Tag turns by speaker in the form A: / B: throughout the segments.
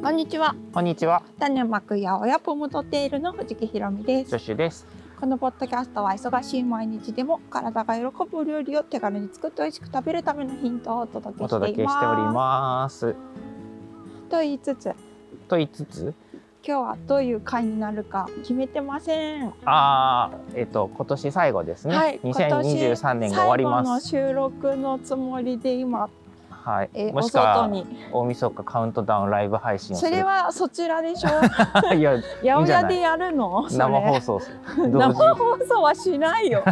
A: こんにちは
B: こんにちは、
A: 種をまくや親ポムドテールの藤木ひろみです
B: ジョシュです。
A: このポッドキャストは忙しい毎日でも体が喜ぶ料理を手軽に作って美味しく食べるためのヒントをお届けし
B: お
A: て
B: 届
A: い
B: けしており
A: ま
B: ます。
A: すと言いつつ
B: と言いつつ、
A: 今日はどういう回になるか決めてません
B: ああ、えっと今年最後ですね。
A: はい
B: 2023年が終わりま
A: 今
B: す。
A: 年最後の収録のつもりで今、
B: はい
A: え。
B: も
A: お
B: し
A: 外
B: か
A: に
B: 大晦日カウントダウンライブ配信をす
A: そ
B: る。
A: れはそちらでしょ
B: いや
A: 八
B: いいん
A: 百
B: じゃ
A: 屋
B: ない
A: でやるのそれ
B: 生放送する同
A: 生
B: 時に
A: 放送はしないよ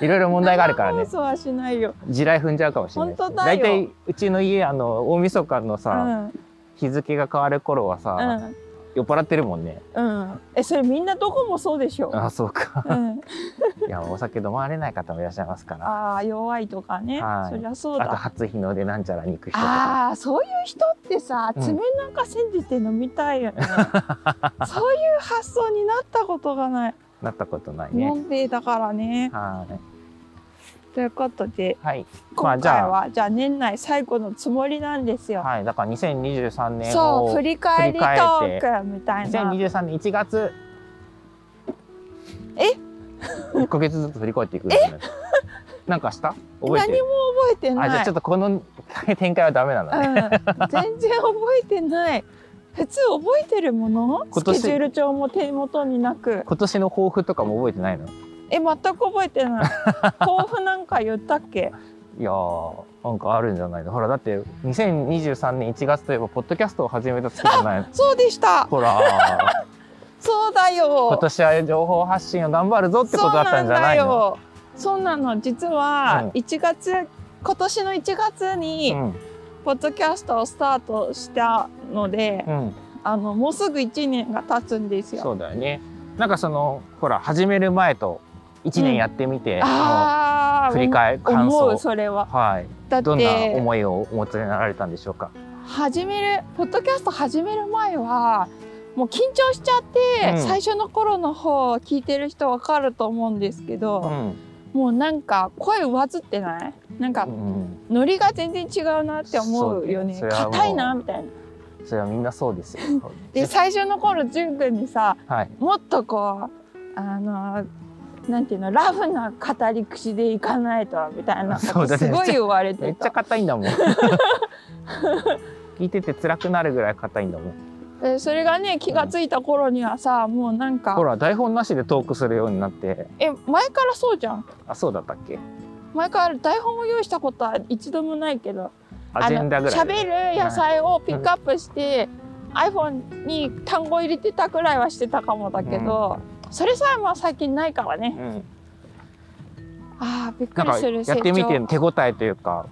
B: いろいろ問題があるから
A: 生放
B: ね。
A: 送はしないよ、
B: 地雷踏んじゃうかもしれない。
A: 本当だよ
B: 大体うちの家あの大晦日の
A: う
B: さ、
A: ん
B: 日付が変わる頃はさ、
A: うん
B: 酔っ払ってるもんね。
A: うん、えそれみんなどこもそうでしょ、
B: あ、そうか。
A: うん、
B: いやお酒飲まれない方もいらっしゃいますから。
A: ああ弱いとかね、
B: はい
A: そりゃそう
B: あと
A: だ
B: 初日の出なんちゃらに行く人とか。
A: ああそういう人ってさ
B: うん
A: 爪なんか煎じて飲みたいよね、 そういう発想になったことがない
B: なったことない
A: 飲
B: ね。
A: んでだからね
B: はい。
A: ということで
B: はい。まあ
A: 今
B: じゃ
A: 回
B: あ
A: はじゃあ年内最後のつもりなんですよ、
B: はい。だから2023年
A: そう
B: を
A: 振り返りト
B: 振り
A: ークみたいな
B: 2023年1月。
A: え
B: ？1ヶ月ずつ振り返っていくんですね。なんかした？覚えて
A: 何
B: る
A: も？覚えてない
B: あじゃあちょっとこの展開はダメなんだね。
A: うん、全然覚えてない普通覚えてるもの
B: 今
A: ス
B: 年
A: ケジュール帳も手元になく
B: 今年の抱負とかも覚えてないの？
A: え全く覚えて ない抱負なんか言ったっけ
B: いやーなんかあるんじゃないの？ほらだって2023年1月といえばポッドキャストを始めた月じゃ ないの？
A: そうでした
B: ほら
A: そうだ
B: 今
A: よ
B: 年は情報発信を頑張るぞってことだったんじゃないの？
A: そうなんだよそうなの実は
B: う
A: 1月、今年の1月に
B: うん
A: ポッドキャストをスタートしたので、
B: うん。
A: あのもうすぐ1年が経つんですよ。
B: そうだよね。なんかそのほら始める前と一
A: うん
B: 年やってみて、
A: ああ
B: あの振り返感
A: 思う
B: 想
A: それは。
B: はい
A: だっ
B: どんな
A: て
B: 思いをお持ちになられたんでしょうか。
A: 始めるポッドキャスト始める前はもう緊張しちゃって、
B: うん
A: 最初の頃の方聞いてる人わかると思うんですけど。
B: うん
A: もうなんか声上ずってないなんか
B: うん
A: ノリが全然違うなって思うよね
B: そうだよそれはもう
A: 硬いなみたいな
B: それはみんなそうですよ。
A: で最初の頃ジュン君にさ
B: はい
A: もっとこうあのなんていうのラフな語り口でいかないとみたいな
B: そうだね
A: すごい言われ
B: め
A: て
B: っちゃ
A: た
B: 硬いんだ もん。聞いてて辛くなるぐらい硬いんだもん。
A: でそれがね気がついた頃にはさもうなん
B: ほ
A: から
B: 台本なしでトークするようになって、
A: え前からそうじゃん
B: あそうだったっけ？
A: 前から台本を用意したことは一度もないけど
B: アジェンダぐらい
A: あ
B: で。
A: の喋る野菜をピックアップして、iPhone に単語入れてたくらいはしてたかもだけど、それさえも最近ないからね
B: うん、
A: あーびっく
B: なん
A: り
B: か
A: する
B: やってみて手応えというか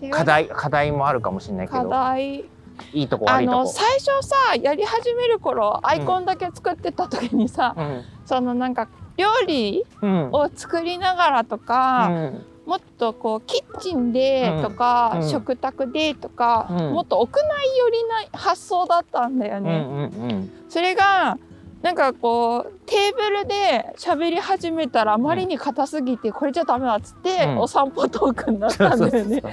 A: 手が
B: 課題課題もあるかもしれないけ
A: 課
B: ど
A: 題
B: いいとこ
A: あ
B: 悪いと
A: の
B: こ、
A: 最初さやり始める頃アイコンだけ作ってた時にさ、
B: うん
A: そのなんか料理
B: うん
A: を作りながらとか、
B: うん
A: もっとこうキッチンでとか、
B: うんうん
A: 食卓でとか、
B: うん
A: もっと屋内寄りな発想だったんだよ
B: うんう
A: ね。
B: んうん
A: それがなんかこうテーブルで喋り始めたらあまりに硬すぎてこれじゃダメだっつって、
B: うん
A: お散歩トークになったんだよね
B: そうそうそう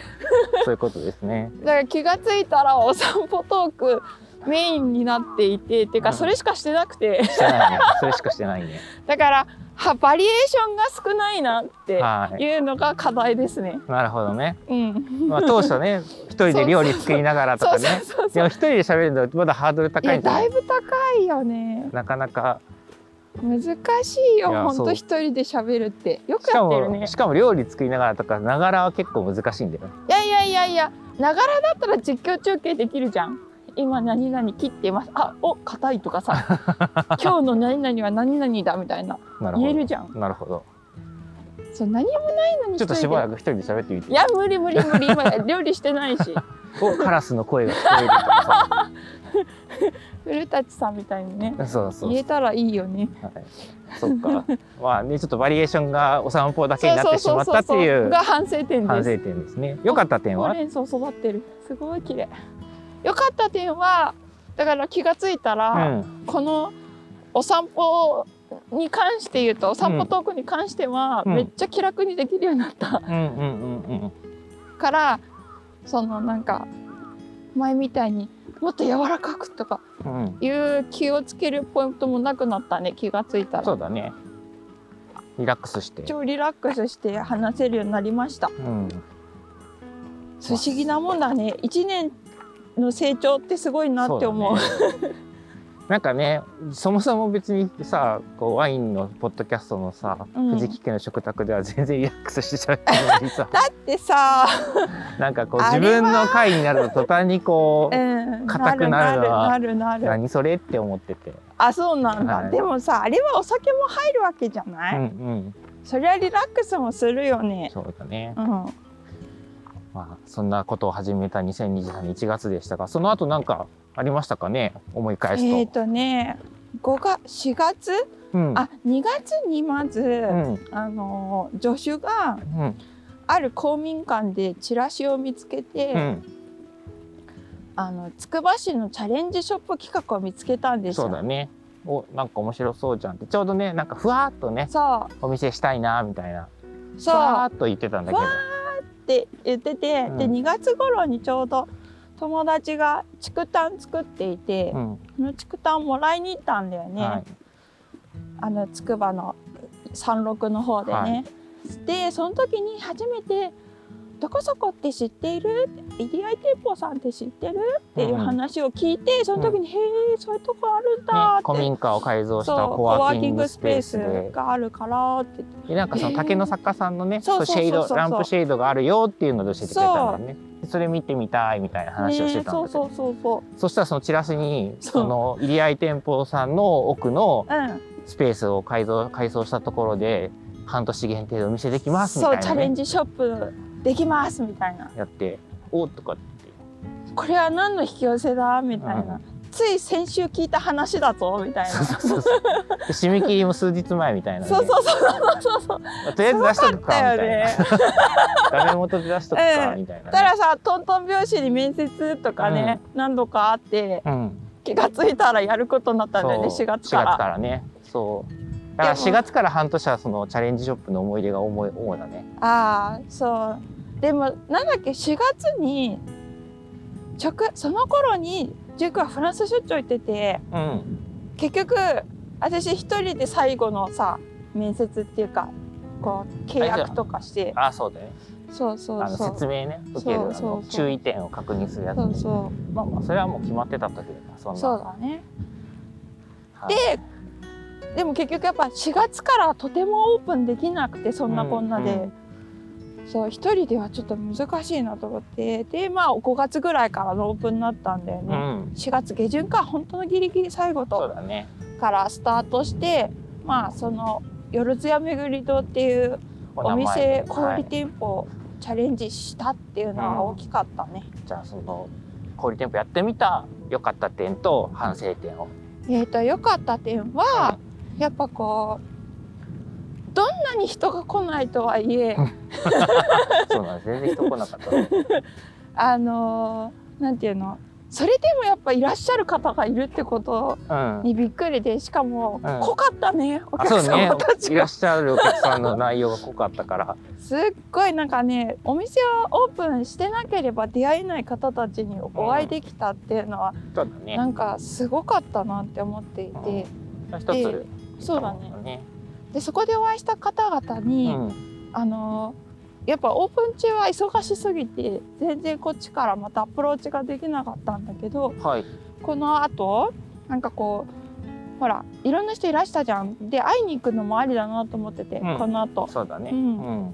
B: そういうことですね。
A: だから気がついたらお散歩トークメインになっていてっていうか
B: うん
A: それしかしてなくて
B: してないね。それしかしてないね。
A: だからはバリエーションが少ないなって
B: はい。
A: いうのが課題ですね。
B: なるほどね。
A: うん、
B: まあ当 初ね、一人で料理作りながらと
A: そ
B: か
A: うそう
B: ね。
A: そう
B: で
A: そう
B: も一人で喋るとまだハードル
A: い
B: 高
A: や
B: いんじゃな
A: だい
B: い
A: ぶ高いよね
B: なかなか。
A: 難しいよ
B: いや
A: ほん
B: そ
A: と
B: う
A: 一人で喋るってよ
B: し
A: く
B: か
A: やってるね
B: もしかも料理作りながらとかながらは結構難しいんだよ。
A: いやいやいやいや、ながらだったら実況中継できるじゃん。今何々切ってます。あ、お、硬いとか さ。今日の何々は何々だみたいな。
B: なるほ
A: 言
B: ど。
A: えるじゃん。
B: なるほど。
A: そう、何もないのに
B: ちょっとしばら
A: く。
B: く一人で喋ってみて
A: い。や、無理無理無理。今料理してないし。
B: おカラスの声が聞こえるとか
A: 古舘さんみたいにね。
B: さ。そうそうそう。
A: 言えたらいいよね。
B: はいそっか。まあねちょっとバリエーションがお散歩だけ
A: そ
B: に
A: う
B: なっ
A: そう
B: てし
A: そう
B: まった
A: そう
B: っていう
A: が反省点
B: 反
A: です。
B: 省点ですね。良かった点
A: ほ
B: は
A: う。れん草育ってる。すごい綺麗。良かった点は、だから気がついたら、
B: うん。
A: このお散歩に関して言うとお散歩トークに関しては
B: うん
A: めっちゃ気楽にできるようになった
B: うんうんうんうん。
A: から、そのなんか前みたいにもっと柔らかくとか
B: うん、
A: いう気をつけるポイントもなくなったね気がついたら
B: そうだねリラックスして、
A: 超リラックスして話せるようになりました
B: うん、
A: 不思議なもんだね1年の成長ってすごいなって思う
B: そうだねなんかねそもそも別にさこうワインのポッドキャストのさ、
A: うん
B: 藤木家の食卓では全然リラックスしてしゃべってないのに さ
A: でさ、
B: なんかこう
A: あれは
B: 自分の回になると途端にこ
A: う
B: う、
A: ん、
B: 硬くなるな
A: なるなるなる
B: 何それって思ってて、
A: あそうなんだ、
B: はい
A: でもさあれはお酒も入るわけじゃな
B: う
A: い、
B: んうん
A: そりゃリラックスもするよね
B: そうだね、
A: うん
B: まあ、そんなことを始めた2023年1月でしたがその後なんかありましたかね思い返すと、
A: えっ、ー、とね5月4月、
B: うん
A: あ2月にまず、
B: うん
A: あのー助手が
B: うん
A: ある公民館でチラシを見つけて、
B: うん
A: あのつくば市のチャレンジショップ企画を見つけたんですよ。
B: そうだねおなんか面白そうじゃんってちょうどねなんかふわーっとね
A: そ
B: お見せしたいなみたいな
A: う
B: ふわー
A: そう
B: っと言ってたんだけど
A: って言ってて、
B: うん
A: で2月頃にちょうど友達が竹炭作っていて、
B: うん
A: その竹炭もらいに行ったんだよね、
B: はい
A: あのつくばの山麓の方でね。
B: はい
A: でその時に初めて「どこそこって知っている?」って「EDI 店舗さんって知ってる?」っていう話を聞いてその時に「へえそういうとこあるんだ」っ、
B: ね
A: て、
B: 古民家を改造し
A: そう
B: た
A: コ
B: コワ
A: ワー
B: ーキ
A: キ
B: ン
A: ン
B: グ
A: グ
B: ス
A: ス
B: ペ
A: ペ
B: ー
A: ー
B: ス
A: ス
B: で
A: があるからって
B: でなんかその竹の作家さんのね
A: そう
B: そ
A: そうう
B: シェー
A: そう
B: ド
A: そう
B: ランプシェードがあるよっていうので教えてくれたんだよねでそれ見てみたいみたいな話をしてたん
A: そ
B: だけ
A: うそ
B: ど、
A: うそうそう
B: そしたらそのチラシに
A: そう
B: その入り合い店舗さんの奥の
A: うん
B: スペースを改造改装したところで半年限定でお店できますみた
A: そ
B: いう
A: チ
B: な
A: ャレ
B: ね、
A: ンジショップできますみたいな
B: やっておっとかって
A: これは何の引き寄せだみたいな、
B: う
A: つい先週聞いた話だぞみたいな
B: そうそ うそうで締め切りも数日前みたいなね、
A: そうそうそうそうそう
B: とりあえず出しとくか
A: だ
B: み
A: よ
B: たいな、
A: ね
B: ダメ元で出しとくか
A: うん
B: みたいな、ね
A: たらさトントン拍子に面接とかね、何度かあって
B: うん
A: 気がついたらやることになったんだよね
B: そう
A: 4月から
B: 4月からねそうだから
A: でも
B: 4月から半年はそのチャレンジショップの思い出が思い主だね
A: ああそうでもなんだっけ4月に直その頃に塾はフランス出張行ってて
B: うん
A: 結局私一人で最後のさ面接っていうかこう契約とかして
B: あそうだね
A: そうそ
B: あ
A: う
B: の
A: そ
B: 説
A: う
B: 明ね受けるあ
A: そうそう
B: の
A: そう
B: 注意点を確認するやつ
A: そうそ
B: まあまあそれはもう決まってた時だからそん
A: う
B: な
A: そうだね
B: はい
A: ででも結局やっぱ4月からとてもオープンできなくてそんなこんなで、
B: うん
A: そう一人ではちょっと難しいなと思ってでまあ5月ぐらいからのオープンになったんだよね、
B: うん
A: 4月下旬か本当のギリギリ最後
B: そう
A: と
B: だね
A: からスタートしてまあその夜津屋めぐり堂っていうお店
B: 名前
A: 小
B: は
A: 売
B: い、
A: 店舗をチャレンジしたっていうのは大きかったね、
B: じゃあその小売店舗やってみた良かった点と反省点を
A: えっ、と良かった点はやっぱこうどんなに人が来ないとはいえ
B: うんそうなんです全然人来なかったね
A: あのーなんていうのそれでもやっぱいらっしゃる方がいるってこと
B: うん
A: にびっくりでしかも
B: うん
A: 濃かったね、お
B: あ
A: 客
B: そうね
A: 様たち
B: い
A: が
B: らっしゃるお客さんの内容が濃かったから
A: すっごいなんかねお店をオープンしてなければ出会えない方たちにお会いできたっていうのは、
B: そうだね
A: なんかすごかったなって思っていて、
B: 一つ
A: そうだねでそこでお会いした方々
B: う
A: に、
B: ん
A: あのやっぱオープン中は忙しすぎて全然こっちからまたアプローチができなかったんだけど
B: はい
A: このあとんかこうほらいろんな人いらしたじゃんで会いに行くのもありだなと思ってて、
B: うん
A: このあと
B: そうだね
A: う
B: うんん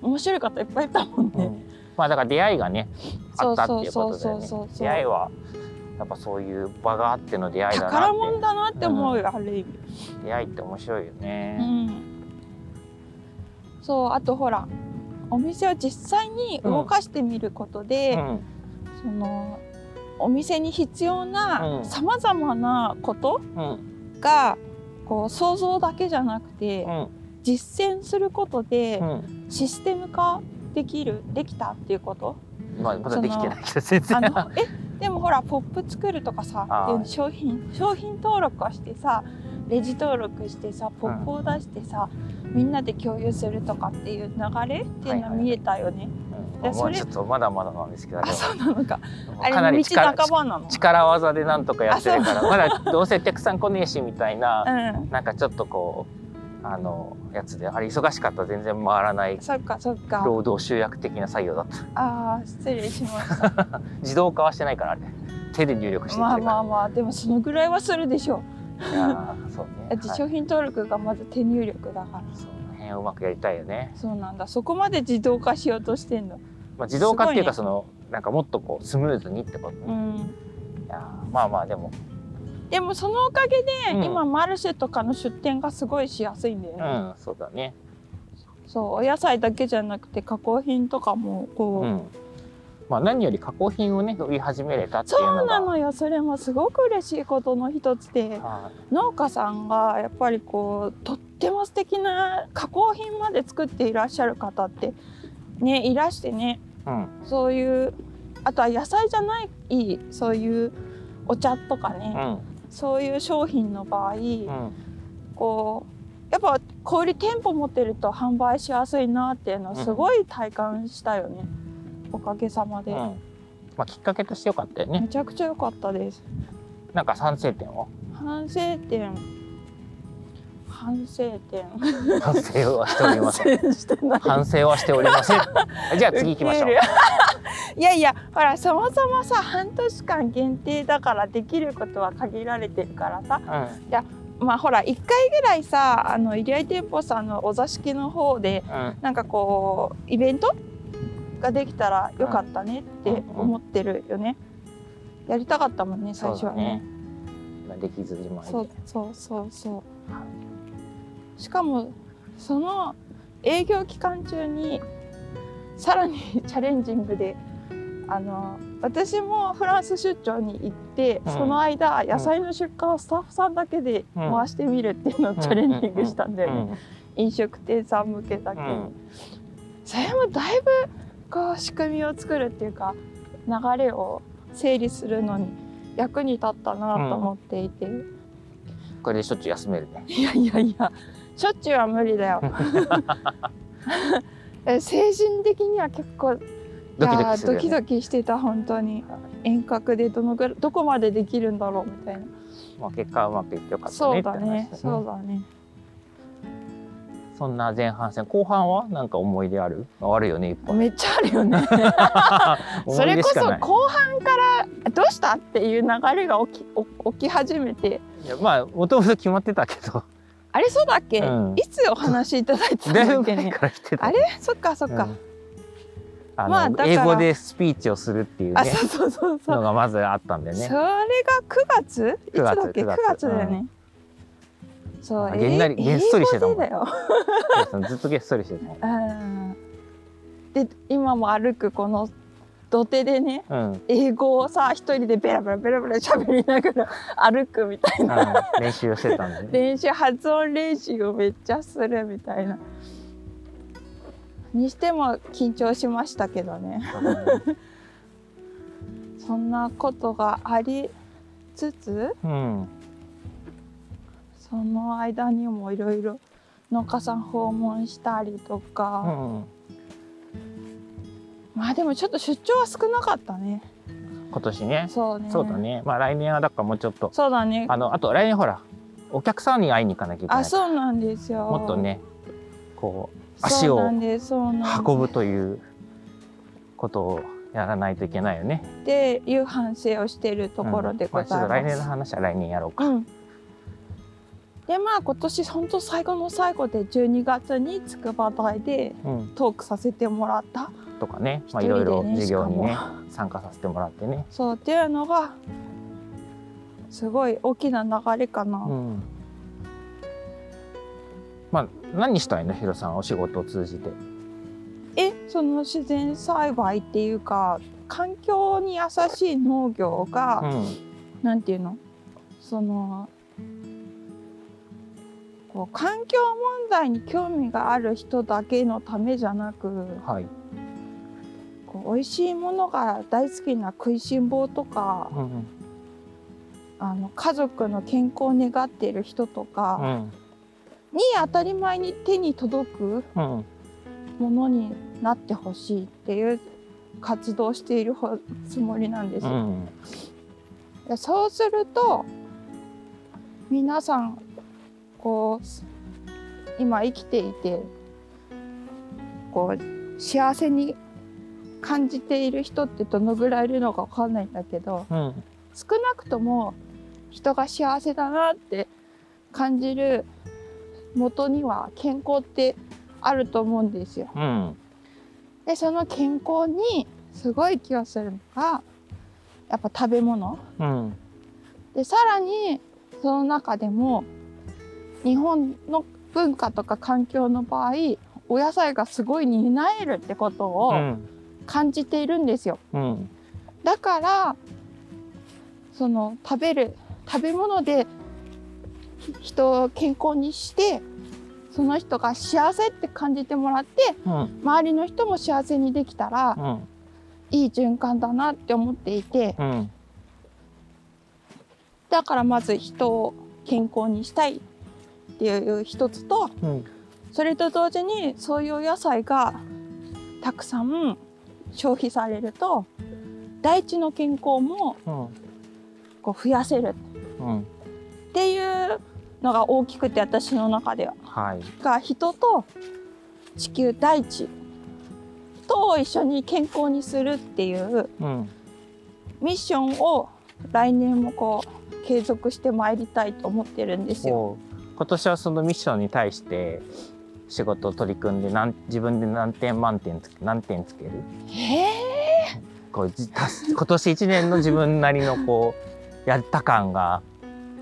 A: 面白い方いっぱいいたもん
B: う
A: ね。
B: んまあだから出会いがねあ
A: そ
B: っ
A: う
B: たっ
A: そう
B: ていう
A: そ
B: こ
A: う
B: とだ
A: そ
B: よ
A: う
B: ね
A: そうそう
B: 出会いはやっぱそういう場があっての出会いだな
A: 宝
B: っ
A: 物だなって思うよ、ある意味、
B: て出会いって面白いよ
A: う
B: ね
A: ん、そうあとほらお店を実際に動かしてみること
B: う
A: で、
B: ん
A: そのお店に必要
B: うん
A: なさまざまなこと
B: うん
A: がこう想像だけじゃなくて、
B: うん
A: 実践することで
B: うん
A: システム化できるできたっていう こと
B: まあまだできてないけど全
A: あ
B: 然
A: のえでもほらポップ作るとかさ
B: あ
A: っ
B: ー
A: ていうの商品商品登録をしてさレジ登録してさポップを出してさ、みんなで共有するとかっていう流れっていうのは見えたよね、
B: うんまあも
A: そうれ
B: ちょっとまだまだなんですけど
A: あそうなのかあ
B: かな
A: れ
B: り
A: も道
B: 力
A: 半ばなの
B: 力技でなんとかやってるか
A: あ
B: らまだどうせたくさん来ねえしみたいな、
A: うん
B: なんかちょっとこうあのやつであれ忙しかったら全然回らない
A: そっかそっか
B: 労働集約的な作業だった
A: あー失礼しま した
B: 自動化はしてないからあれ手で入力してい
A: ま
B: っ
A: あ
B: てる
A: ま
B: か
A: あまあでもそのぐらいはするでしょ
B: ら、いやーそうね
A: うだって
B: はい
A: 商品登録がまず手入力だから
B: その辺をうまくやりたいよね、
A: そうなんだそこまで自動化しようとしてんの
B: まあ、自動化っていうか
A: す
B: そのなんかもっとこうスムーズにってこと、
A: う
B: い
A: ん
B: やーまあまあでも
A: でもそのおかげで、
B: うん
A: 今マルシェとかの出店がすごいしやすいんだよ
B: う
A: ね、
B: んそうだね
A: そうお野菜だけじゃなくて加工品とかもこ
B: う
A: う、
B: んまあ何より加工品をね売り始めれたっていうのが
A: そうなのよそれもすごく嬉しいことの一つで
B: はい
A: 農家さんがやっぱりこうとっても素敵な加工品まで作っていらっしゃる方ってねいらしてね
B: うん
A: そういうあとは野菜じゃないそういうお茶とかね、
B: うん
A: そういう商品の場合、
B: うん
A: こうやっぱ小売店舗持ってると販売しやすいなっていうのをすごい体感したよね、おかげさま
B: う
A: で、
B: んまあきっかけとしてよかったよね
A: めちゃくちゃ良かったです
B: なんか賛成点を
A: 反省点反省点
B: 反省はしており
A: 反
B: ま
A: 省
B: せん
A: してない
B: 反省はしておりま せんじゃあ次行きましょう
A: ウケる いやいやほらそもそもさ半年間限定だからできることは限られてるからさ
B: うん
A: まあほら1回ぐらいさあの入合店舗さんのお座敷の方で
B: うん
A: なんかこうイベントができたらよかったねって思ってるよね。やりたかったもんね最
B: そう
A: 初は
B: だね
A: ね。
B: まあできずじまい
A: そう
B: で
A: そうそうそう。しかもその営業期間中にさらに チャレンジングで。あの私もフランス出張に行って、
B: うん
A: その間野菜の出荷をスタッフさんだけで回してみるっていうのをチャレンジングしたんだよね、飲食店さん向けだけ、
B: うんうん
A: それもだいぶこう仕組みを作るっていうか流れを整理するのに役に立ったなと思っていて、
B: これでしょっちゅう休めるね
A: いやいやいやしょっちゅうは無理だ よえ精神的には結構い
B: ドキ
A: や
B: ドキ
A: ー
B: する
A: ド
B: よ
A: キ
B: ね
A: ドキしてた本当に遠隔でどのぐらいどこまでできるんだろうみたいな、
B: まあ結果はうまくいってよかった
A: そ
B: ね
A: う
B: って
A: だ
B: 話
A: ね
B: です
A: そう
B: ね
A: だね
B: そんな前半戦後半はなんか思い出あるああるよねいっぱい
A: めっちゃあるよねそ
B: 思い
A: れ
B: 出
A: こ
B: し
A: そ
B: かない
A: 後半からどうしたっていう流れが起き起起き始めて
B: いやまあもともと決まってたけど
A: あれそうだっけ、
B: うん
A: いつお話いただいてた
B: だい
A: んだ
B: ぶ
A: っけ
B: 前
A: ね
B: から来てた
A: あれそっかそっか、
B: うんあの、
A: まあだから
B: 英語でスピーチをするっていうね
A: あそうそうそうそう、
B: のがまずあったんでね
A: それが9月いつだっけ
B: 9
A: 9
B: 月
A: 月だよね、そう
B: あげんなりげっそりしてたもん
A: 英語でだよ、
B: ずっとげっそりしてたね
A: うん、で今も歩くこの土手でね
B: うん、
A: 英語をさ一人でベラベラベラベラ喋りながら歩くみたいな
B: あ の練習をしてたんでね
A: 練習発音練習をめっちゃするみたいなにしても緊張しましたけどねそんなことがありつつ
B: うん
A: その間にもいろいろ農家さん訪問したりと
B: う
A: か、
B: ん
A: まあでもちょっと出張は少なかったね
B: 今年ね
A: そうね
B: そうだねまあ来年はだからもうちょっと
A: そうだね
B: あのあと来年ほらお客さんに会いに行かなきゃいけな
A: あ
B: いから
A: そうなんですよ
B: もっとねこう足
A: そう
B: を
A: なんですそうなんです
B: 運ぶということをやらないといけないよね。
A: でいう反省をしているところでござい
B: うんまあちょっと来
A: ま
B: 年
A: す
B: の話は来年やろうか。
A: うん、でまあ今年本当最後の最後で12月に筑波大で
B: うん、
A: トークさせてもらった
B: とかね、ま
A: 一
B: あいろい
A: 人で
B: ろ
A: ね
B: 授
A: しか
B: 業に
A: も
B: ね参加させてもらってね。
A: そうっていうのがすごい大きな流れかな、
B: うん。まあ何したいのヒロさんお仕事を通じて。
A: えその自然栽培っていうか環境に優しい農業が、
B: うん。
A: なんていうのそのこう環境問題に興味がある人だけのためじゃなく
B: はい。
A: こう美味しいものが大好きな食いしん坊とか
B: うんうん。
A: あの家族の健康を願っている人と
B: う
A: か
B: ん
A: に当たり前に手に届く
B: うん。
A: ものになってほしいっていう活動をしているほつもりなんです
B: う
A: よ。
B: ん
A: でそうすると皆さんこう今生きていてこう幸せに感じている人ってどのぐらいいるのかわかんないんだけど
B: うん
A: 少なくとも人が幸せだなって感じる元には健康ってあると思うんですよ。
B: うん
A: でその健康にすごい寄与するのがやっぱ食べ物。
B: うん
A: でさらにその中でも日本の文化とか環境の場合お野菜がすごい担えるってこと
B: う
A: を
B: ん
A: 感じているんですよ。
B: うん
A: だからその食べる食べ物でひ人を健康にしてその人が幸せって感じてもらって
B: うん
A: 周りの人も幸せにできたら
B: うん
A: いい循環だなって思っていて
B: うん
A: だからまず人を健康にしたいっていう一つと
B: うん
A: それと同時にそういうお野菜がたくさん消費されると大地の健康も
B: うん
A: こう増やせる
B: うん
A: っていうのが大きくて私の中では。
B: はい
A: が人と地球大地と一緒に健康にするっていう
B: うん
A: ミッションを来年もこう継続してまいりたいと思ってるんですよ。
B: こう今年はそのミッションに対して仕事を取り組んでなん自分で何点満点つけ何点つける
A: へー
B: こうじたす今年一年の自分なりのこうやった感が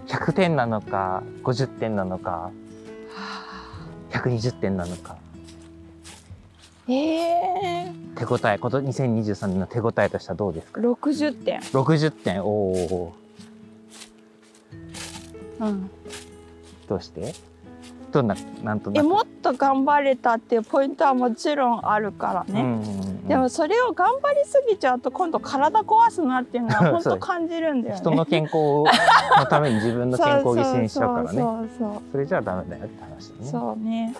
B: 100点なのか50点なのか120点なのか
A: ええ
B: 手応えこと2023年の手応えとしてはどうですか
A: 六十点。
B: 60点おお
A: うん。
B: どうしてどんななんと
A: え、
B: なく
A: もっと頑張れたっていうポイントはもちろんあるから
B: うんう
A: ね。
B: んうん
A: でもそれを頑張りすぎちゃうと今度体壊すなっていうのは本
B: そう
A: 当感じるんだよね。
B: 人の健康のために自分の健康を犠牲にしちゃうからね
A: そうそうそう
B: それじゃダメだよって話
A: そう
B: だね
A: そうね。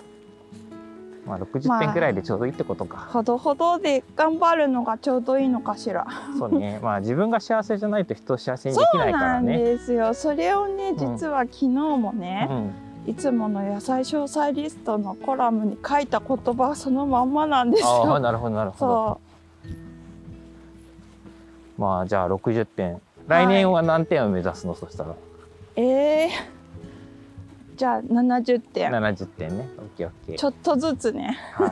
B: まあ60点ぐらいでちょうどいいってことか、
A: ほどほどで頑張るのがちょうどいいのかしら。
B: そうねまあ自分が幸せじゃないと人を幸せにでき
A: そ
B: な
A: う
B: いから
A: なん
B: ね
A: ですよ。それをね、実は昨日もね、
B: うん
A: いつもの野菜詳細リストのコラムに書いた言葉そのまんまなんです
B: ああ
A: よ。
B: なるほどなるほど
A: そう。
B: まあじゃあ60点来年は何点を目指すの、そしたら
A: えー、じゃあ70点
B: 70点ねオッケーオッケー
A: ちょっとずつね
B: はい、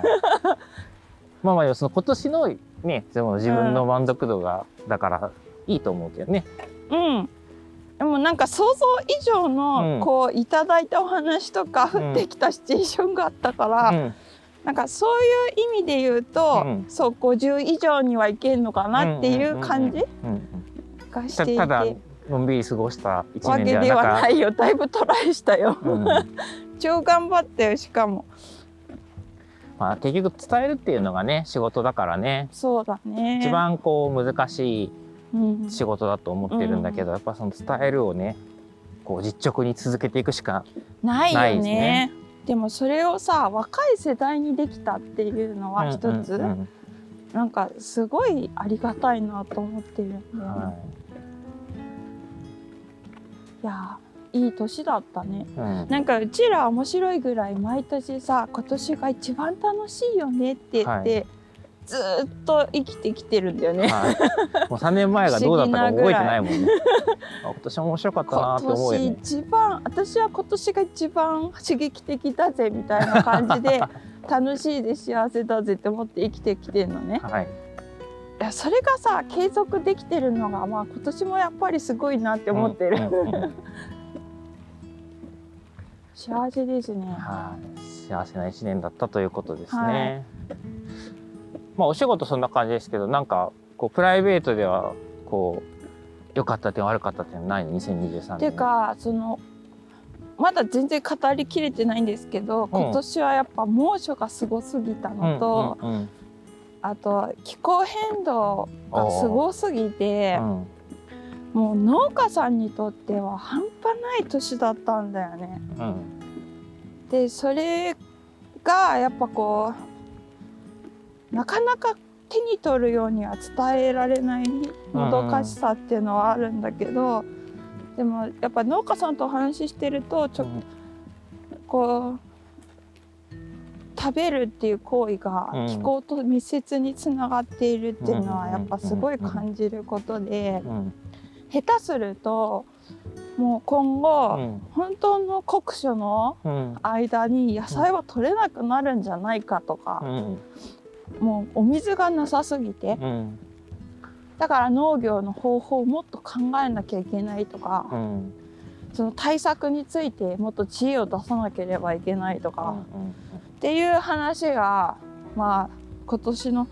B: まあまあその今年のねでも自分の満足度が、だからいいと思うけどね
A: うんでもなんか想像以上の、
B: うん
A: こういただいたお話とか
B: うん
A: 降ってきたシチュエーションがあったから、
B: うん
A: なんかそういう意味で言うと、
B: うん
A: そう50以上にはいけんのかなっていう感じ
B: うんうん
A: がしたていて。
B: ただのんびり過ごした
A: わ
B: 1
A: け
B: 年
A: で
B: では
A: は
B: な
A: な
B: か
A: いよだいぶトライしたよ、
B: うん
A: 超頑張ったよしかも
B: まあ、結局伝えるっていうのがね仕事だからね
A: そうだね
B: 一番こう難し
A: うん
B: い仕事だと思ってるんだけど、やっぱその伝えるをねこう実直に続けていくしか
A: ない
B: ない
A: よね
B: ですね
A: でもそれをさ若い世代にできたっていうのは一つ、
B: うんうん
A: なんかすごいありがたいなと思ってるんだ
B: う
A: よ
B: ん
A: ね
B: はい
A: やーいい年だったね
B: いうん
A: なんかうちら面白いぐらい毎年さ今年が一番楽しいよねって言って、ずーっと生きてきてるんだよね、
B: はい、もう3年前がどうだったかも覚えてないもんね。あ今年面白かったな
A: 今
B: って思うよ
A: 年
B: ね。
A: 一番私は今年が一番刺激的だぜみたいな感じ で楽しいで幸せだぜって思って生きてきてるのね
B: はい、
A: いやそれがさ継続できてるのが、まあ、今年もやっぱりすごいなって思ってる、
B: うんうんうん
A: 幸せですね
B: はい、幸せな1年だったということですね。
A: は
B: まあお仕事そんな感じですけど、なんかこうプライベートではこう良かった点悪かった点ないの2023年。
A: っていうかそのまだ全然語りきれてないんですけど今年はやっぱ猛暑がすごすぎた
B: うんうんう
A: の
B: ん、
A: と、あと気候変動がすごすぎて、
B: うん
A: もう農家さんにとっては半端ない年だったんだよね。
B: うん
A: でそれがやっぱこうなかなか手に取るようには伝えられないもどかしさっていうのはあるんだけど、でもやっぱ農家さんとお話ししてるとちょ、
B: うん
A: こう食べるっていう行為が
B: うん
A: 気候と密接につながっているっていうのは
B: うん
A: やっぱすごい感じることで
B: うん
A: 下手するともう今後、
B: うん
A: 本当の酷暑の
B: うん
A: 間に野菜は取れなくなるんじゃないかとか、
B: うん
A: もうお水がなさすぎて
B: うん
A: だから農業の方法をもっと考えなきゃいけないとか、
B: うん
A: その対策についてもっと知恵を出さなければいけないとか、
B: うん
A: っていう話がまあ今年の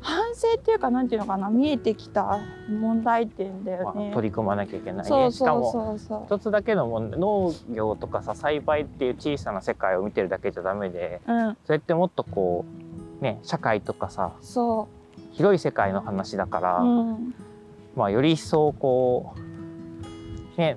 A: 反省っていうかなんていうのかな見えてきた問題点だよ
B: ま
A: ね。
B: あ取り組まなきゃいけないね。
A: そう
B: しか
A: そう
B: も
A: そうそ
B: 一つだけのもん農業とかさ栽培っていう小さな世界を見てるだけじゃダメで、
A: う。うん、
B: それってもっとこうね社会とかさ
A: そ
B: 広い世界の話だから、
A: う。うん、
B: まあより一層こうね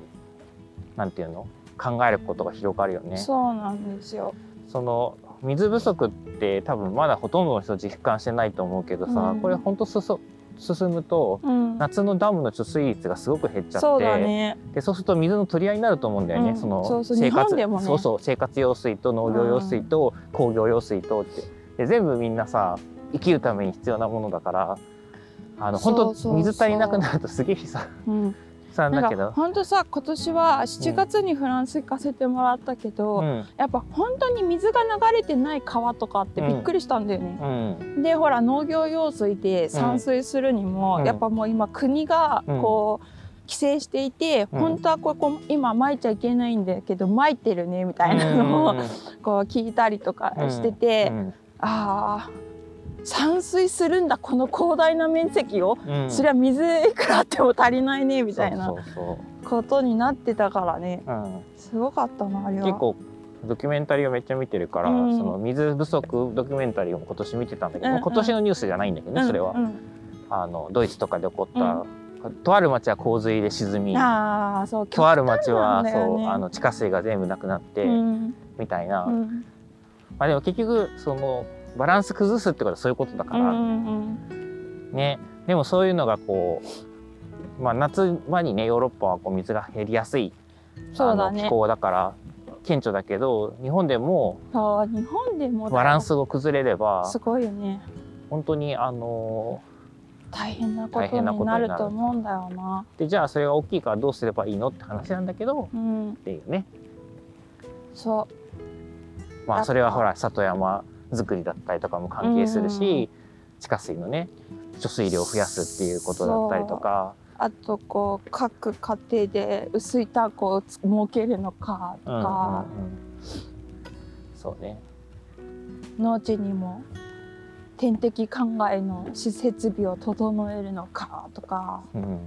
B: なんていうの考えることが広がるよね。
A: そうなんですよ。
B: その水不足って多分まだほとんどの人実感してないと思うけどさ、
A: うん
B: これほんとすそ進むと
A: うん、
B: 夏のダムの貯水率がすごく減っちゃって
A: そうだね。
B: でそうすると水の取り合いになると思うんだよね、
A: うん
B: その
A: そうそう
B: 生
A: 日
B: 活
A: 本でもね
B: そうそう生活用水と農業用水と工業用水とってで全部みんなさ生きるために必要なものだからあの
A: そうそう
B: 本
A: そう
B: 当水足りなくなるとすげえ悲惨
A: うん、
B: 悲惨だ
A: なん
B: け
A: か
B: ど。
A: 本当さ今年は7月にフランス行かせてもらったけど、
B: うん
A: やっぱ本当に水が流れてない川とかってびっくりしたんだよね。
B: うん
A: でほら農業用水で散水するにも、
B: うん
A: やっぱもう今国が
B: うん
A: こう、規制していて、
B: うん
A: 本当はここ今撒いちゃいけないんだけど撒いてるねみたいなのを、こう聞いたりとかしてて、
B: うん
A: ああ散水するんだこの広大な面積を、
B: うんうん
A: そりゃ水いくらあっても足りないねみたいな
B: そうそうそ
A: ことになってたからね
B: う、うん、
A: すごかったなあれは。
B: 結構ドキュメンタリーをめっちゃ見てるから、
A: うん
B: その水不足ドキュメンタリーを今年見てたんだけど、
A: うんうん
B: 今年のニュースじゃないんだけどね、それは、
A: うん
B: あのドイツとかで起こった、とある町は洪水で沈み
A: ああそう
B: とある町
A: 極端な
B: は、
A: んだよ
B: そ
A: ね
B: うあの地下水が全部なくなって、
A: うん
B: みたいな、
A: うん
B: まあ、でも結局そのバランス崩すってことはそういうことだか
A: う
B: ら、
A: んうん
B: ねでもそういうのがこう、まあ、夏場にねヨーロッパはこう水が減りやすい
A: そうだ
B: あの気
A: ね
B: 候だから顕著だけど日本でも
A: そう日本でもだよ
B: バランスが崩れれば
A: すごいよね
B: 本当にあの
A: 大変なこ
B: 大
A: と
B: 変な
A: に
B: ことにな
A: な
B: る
A: ると思うんだよな
B: でじゃあそれが大きいからどうすればいいのって話なんだけど
A: うん
B: っていうね
A: そだ
B: まあ
A: った
B: それはほら里山作りだったりとかも関係するし地下水のね貯水量を増やすっていうことだったりとか
A: うあとこう各家庭で薄いタンクをつ設けるのかと
B: うんうん
A: か、
B: うんそうね
A: 農地にも天敵考えの施設備を整えるのかとか
B: うん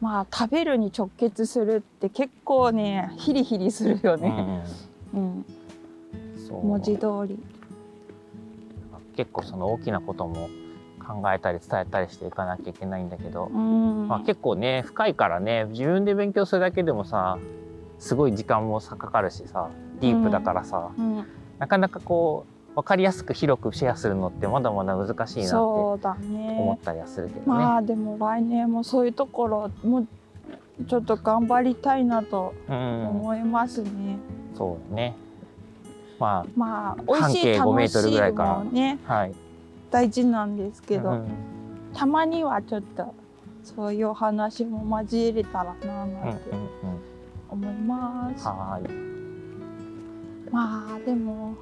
A: まあ食べるに直結するって結構ねヒリヒリするよね、うん
B: うんそう
A: 文字通り
B: 結構その大きなことも考えたり伝えたりしていかなきゃいけないんだけど
A: うん
B: まあ、結構ね深いからね自分で勉強するだけでもさすごい時間もさかかるしさディープだからさ、
A: うん
B: なかなかこう分かりやすく広くシェアするのってまだまだ難しいなって思
A: そうだね
B: ったりはするけどね。
A: まあでも来年もそういうところもちょっと頑張りたいなと
B: うん、
A: 思いますね。
B: そうねま
A: まあ美味しい
B: 半径5メ
A: 楽
B: ートル
A: し
B: ぐら
A: い
B: いか
A: もね
B: あはい
A: 大事なんですけど、
B: うん
A: たまにはちょっとそういうお話も交えれたらな
B: うんう
A: なんて
B: んうん
A: 思います。
B: はーい
A: まあでも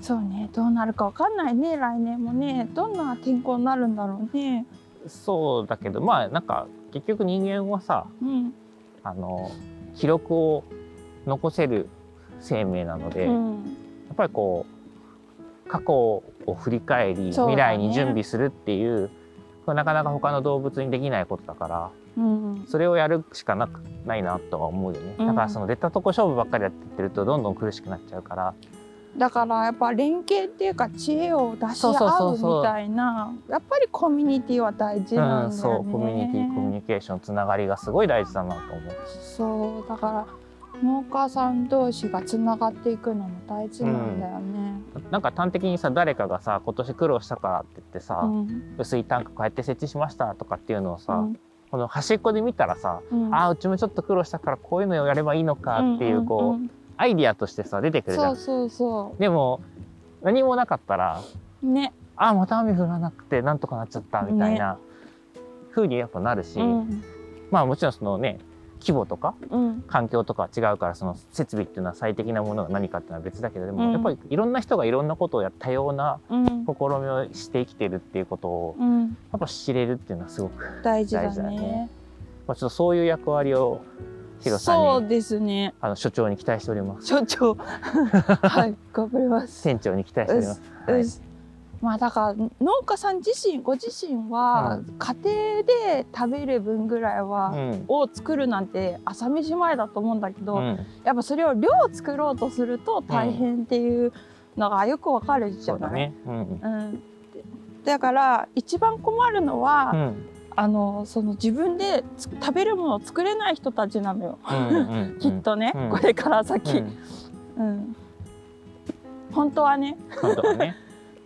A: そうねどうなるかわかんないね来年もねどんな天候になるんだろうね。
B: そうだけどまあなんか結局人間はさ
A: うん、
B: あの記録を残せる生命なので、
A: うん、
B: やっぱりこう過去を振り返り、
A: そう
B: 未
A: だね
B: 来に準備するっていうこれなかなか他の動物にできないことだから
A: うん、
B: それをやるしかなくないなとは思うよね、
A: うん
B: だからその出たとこ勝負ばっかりやってるとどんどん苦しくなっちゃうから
A: だからやっぱ連携っていうか知恵を出し
B: そうそう
A: 合
B: そううそう
A: みたいなやっぱりコミュニティは大事な
B: うんん
A: だ
B: そ
A: よ
B: う
A: ね。
B: コミュニティコミュニケーションつながりがすごい大事だなと思
A: そ
B: う
A: うだから農家さん同士がつながっていくのも大事なんだよね。
B: なんか端的にさ誰かがさ今年苦労したからって言ってさ、
A: うん
B: 薄いタンクこうやって設置しましたとかっていうのをさ、
A: うん
B: この端っこで見たらさ、
A: うん
B: ああうちもちょっと苦労したからこういうのをやればいいのかっていうこう、
A: んんん
B: アイディアとしてさ出てくるじゃ
A: そ
B: ん
A: うそうそ
B: でも何もなかったら
A: うね、
B: ああまた雨降らなくてなんとかなっちゃったみたいな風にやっぱなるし、
A: うん
B: まあもちろんそのね規模とか
A: うん、
B: 環境とかは違うからその設備っていうのは最適なものが何かっていうのは別だけどで
A: う
B: も、
A: ん
B: やっぱりいろんな人がいろんなことをやったような
A: うん
B: 試みをして生きてるっていうことを
A: うん、
B: やっぱ知れるっていうのはすごく、
A: 大事だ
B: 大事だ
A: ね
B: ね。まあ、ちょっとそういう役割をヒロさ
A: そ
B: ん
A: う
B: に
A: ですね。
B: あの所長に期待しております
A: 所長、はい、頑張ります。
B: 店長に期待しております。は
A: う
B: い
A: んまあだから農家さん自身ご自身は
B: う
A: 家庭で食べる分ぐらいは、
B: うん
A: を作るなんて朝飯前だと思うんだけど、
B: うん
A: やっぱそれを量作ろうとすると大変っていうのがよくわかるじ
B: そ
A: ゃ
B: うだ
A: ない。
B: ね。うん。
A: うんだから一番困るのは、
B: うん。
A: あのその自分でつ食べるものを作れない人たちなのよ、
B: うん。
A: きっとね、
B: うん
A: これから
B: うん。う
A: 先、うん
B: ん
A: 本当はね
B: 本当はね。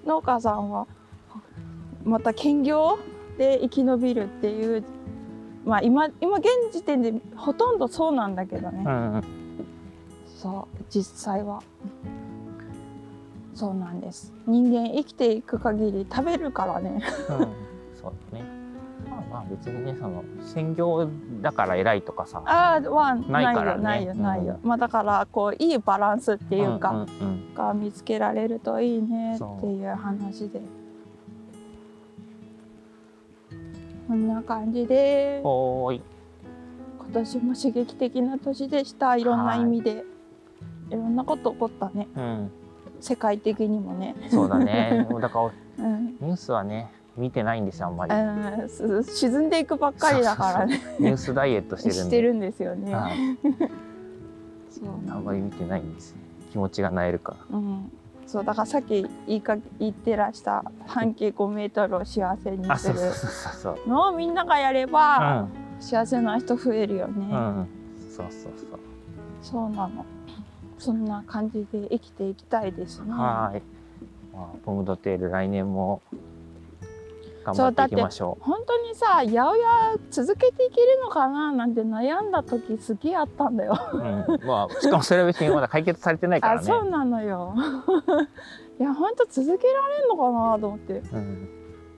A: 農家さんはまた兼業で生き延びるっていうまあ今今現時点でほとんどそうなんだけどね、
B: うんうん。
A: そう実際はそうなんです人間生きていく限り食べるからね
B: そうだね。まあまあ別にねその専業だから偉いとかさ。
A: ああは
B: ないからね
A: ないよないよないよ、
B: う
A: まあだからこういいバランスっていうか、
B: んうん
A: が見つけられるといいね
B: そう
A: っていう話でこんな感じで
B: うん。おーい。
A: 今年も刺激的な年でしたいろんな意味でいろんなこと起こったね
B: うん。
A: 世界的にもね
B: そうだね。もうだから
A: うん、
B: ニュースはね見てないんですよあんまり。
A: うんす沈んでいくばっかりだからね
B: ニュースダイエットしてるんで。
A: してるんですよね
B: はい。
A: そう
B: あんまり見てないんですね。気持ちがなえるから。
A: うんそうだからさっき言いか言ってらした半径5メートルを幸せに
B: あ
A: す
B: そうそう
A: る
B: そうそうそう。
A: のをみんながやれ
B: う
A: ば、
B: ん
A: 幸せな人増えるよね、
B: うんうん。そうそうそう。
A: そうなのそんな感じで生きていきたいですね
B: はーい。まあ、ポムドテール来年も頑
A: そ
B: 張
A: う
B: っていきましょ
A: 本当にさやおや続けていけるのかななんて悩んだ時すげえあったんだよ、
B: う。うん、まあしかもそれは別にまだ解決されてないから
A: あ
B: ね。
A: そうなのよ いや本当続けられんのかなと思って
B: うん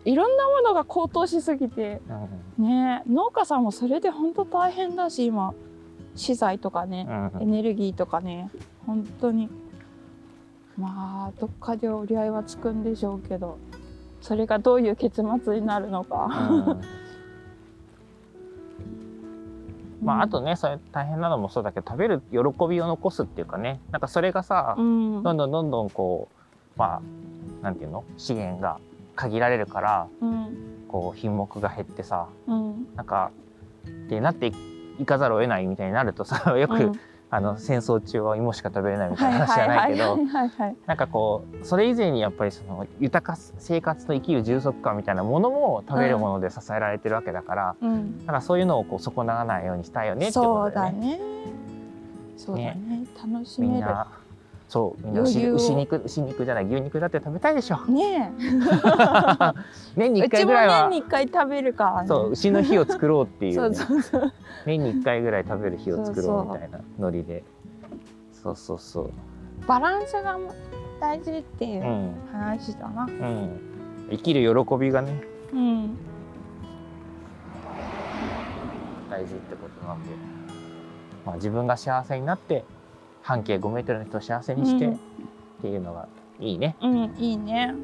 A: いろんなものが高騰しすぎて
B: うん
A: ねえ農家さんもそれで本当大変だし今資材とかね、
B: うん
A: エネルギーとかね本当にまあどっかで折り合いはつくんでしょうけどそれがどういう結末になるのか。
B: うんまああとねそれ大変なのもそうだけど食べる喜びを残すっていうかねなんかそれがさ、
A: うん、
B: どんどんどんどんこうまあなんていうの資源が限られるから
A: うん
B: こう品目が減ってさ
A: うん
B: なんかってなっていいかざるを得ないみたいになるとさ よく、
A: うん
B: あの戦争中は芋しか食べれないみた
A: はいい
B: な話
A: は
B: じゃ
A: い
B: ない
A: は
B: け
A: い
B: ど
A: はいはいはい
B: なんかこうそれ以前にやっぱりその豊かさ生活と生きる充足感みたいなものも食べるもので支えられてるわけだから、
A: うん
B: なんかそういうのをこう損なわないようにしたいよねってこ
A: そう
B: とだ
A: だ
B: よね。
A: ねそうだね楽し
B: みん
A: める
B: なそうみんな
A: 余
B: 牛
A: 裕を
B: 牛肉牛肉じゃない牛肉だって食べたいでしょ
A: ね
B: 年
A: え
B: に
A: う
B: 1
A: ち
B: 回
A: も
B: ぐらいは
A: 年に1回食べるからね
B: そう牛の日を作ろうっていう,、ね、
A: そうそうそう
B: 年に1回ぐらい食べる日を作ろ
A: そう
B: う
A: そう
B: みたいなノリでそうそうそう
A: バランスが大事っていううん話だな
B: うん生きる喜びがね
A: うん
B: 大事ってことなんで、まあ、自分が幸せになって半径5メートルの人を幸せにして、
A: うん
B: っていうのがいいね
A: うん、いいね。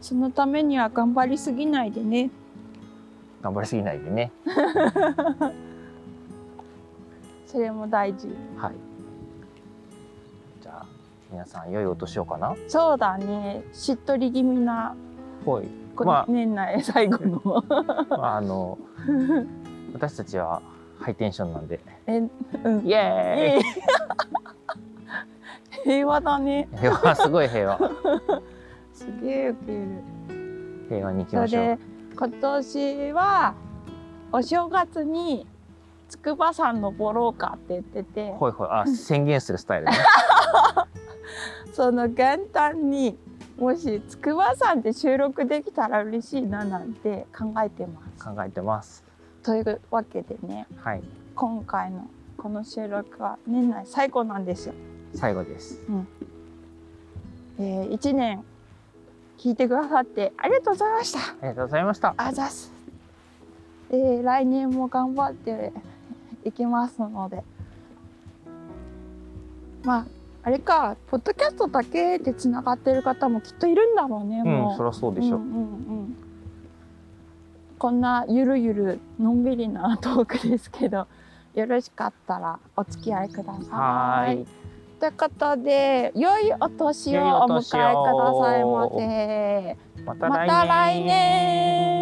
A: そのためには頑張りすぎないでね。
B: 頑張りすぎないでね
A: それも大事。
B: はいじゃあ皆さん良いお年をかな
A: そうだね。しっとり気味な、
B: ほい、
A: こ
B: ま
A: 年内 最後 の。
B: まあ、あの私たちはハイテンションなんで
A: え、うん。
B: イエーイ
A: 平和だね。
B: 平和すごい平和
A: すげえウケる。
B: 平和に行き
A: それ
B: ましょう
A: で、今年はお正月に筑波山登ろうかって言ってて、
B: ほいほい、あ、宣言するスタイルね。
A: その元旦にもし筑波山で収録できたら嬉しいななんて考えてます。
B: 考えてます。
A: というわけでね
B: はい、
A: 今回のこの収録は年内最後なんですよ。
B: 最後です。
A: えー、1年聞いてくださってありがとうございました。
B: ありがとうございました。
A: あざっす。えー、来年も頑張っていきますので。まあ、あれか、ポッドキャストだけでつながってる方もきっといるんだろうね、
B: うん、
A: も。
B: そうりゃそうでしょ。
A: うんうんうんこんなゆるゆるのんびりなトークですけど、よろしかったらお付き合いください。
B: はーい。
A: ということで、良いお年をお迎えくださいませ。
B: また
A: ま
B: 来年。
A: た来年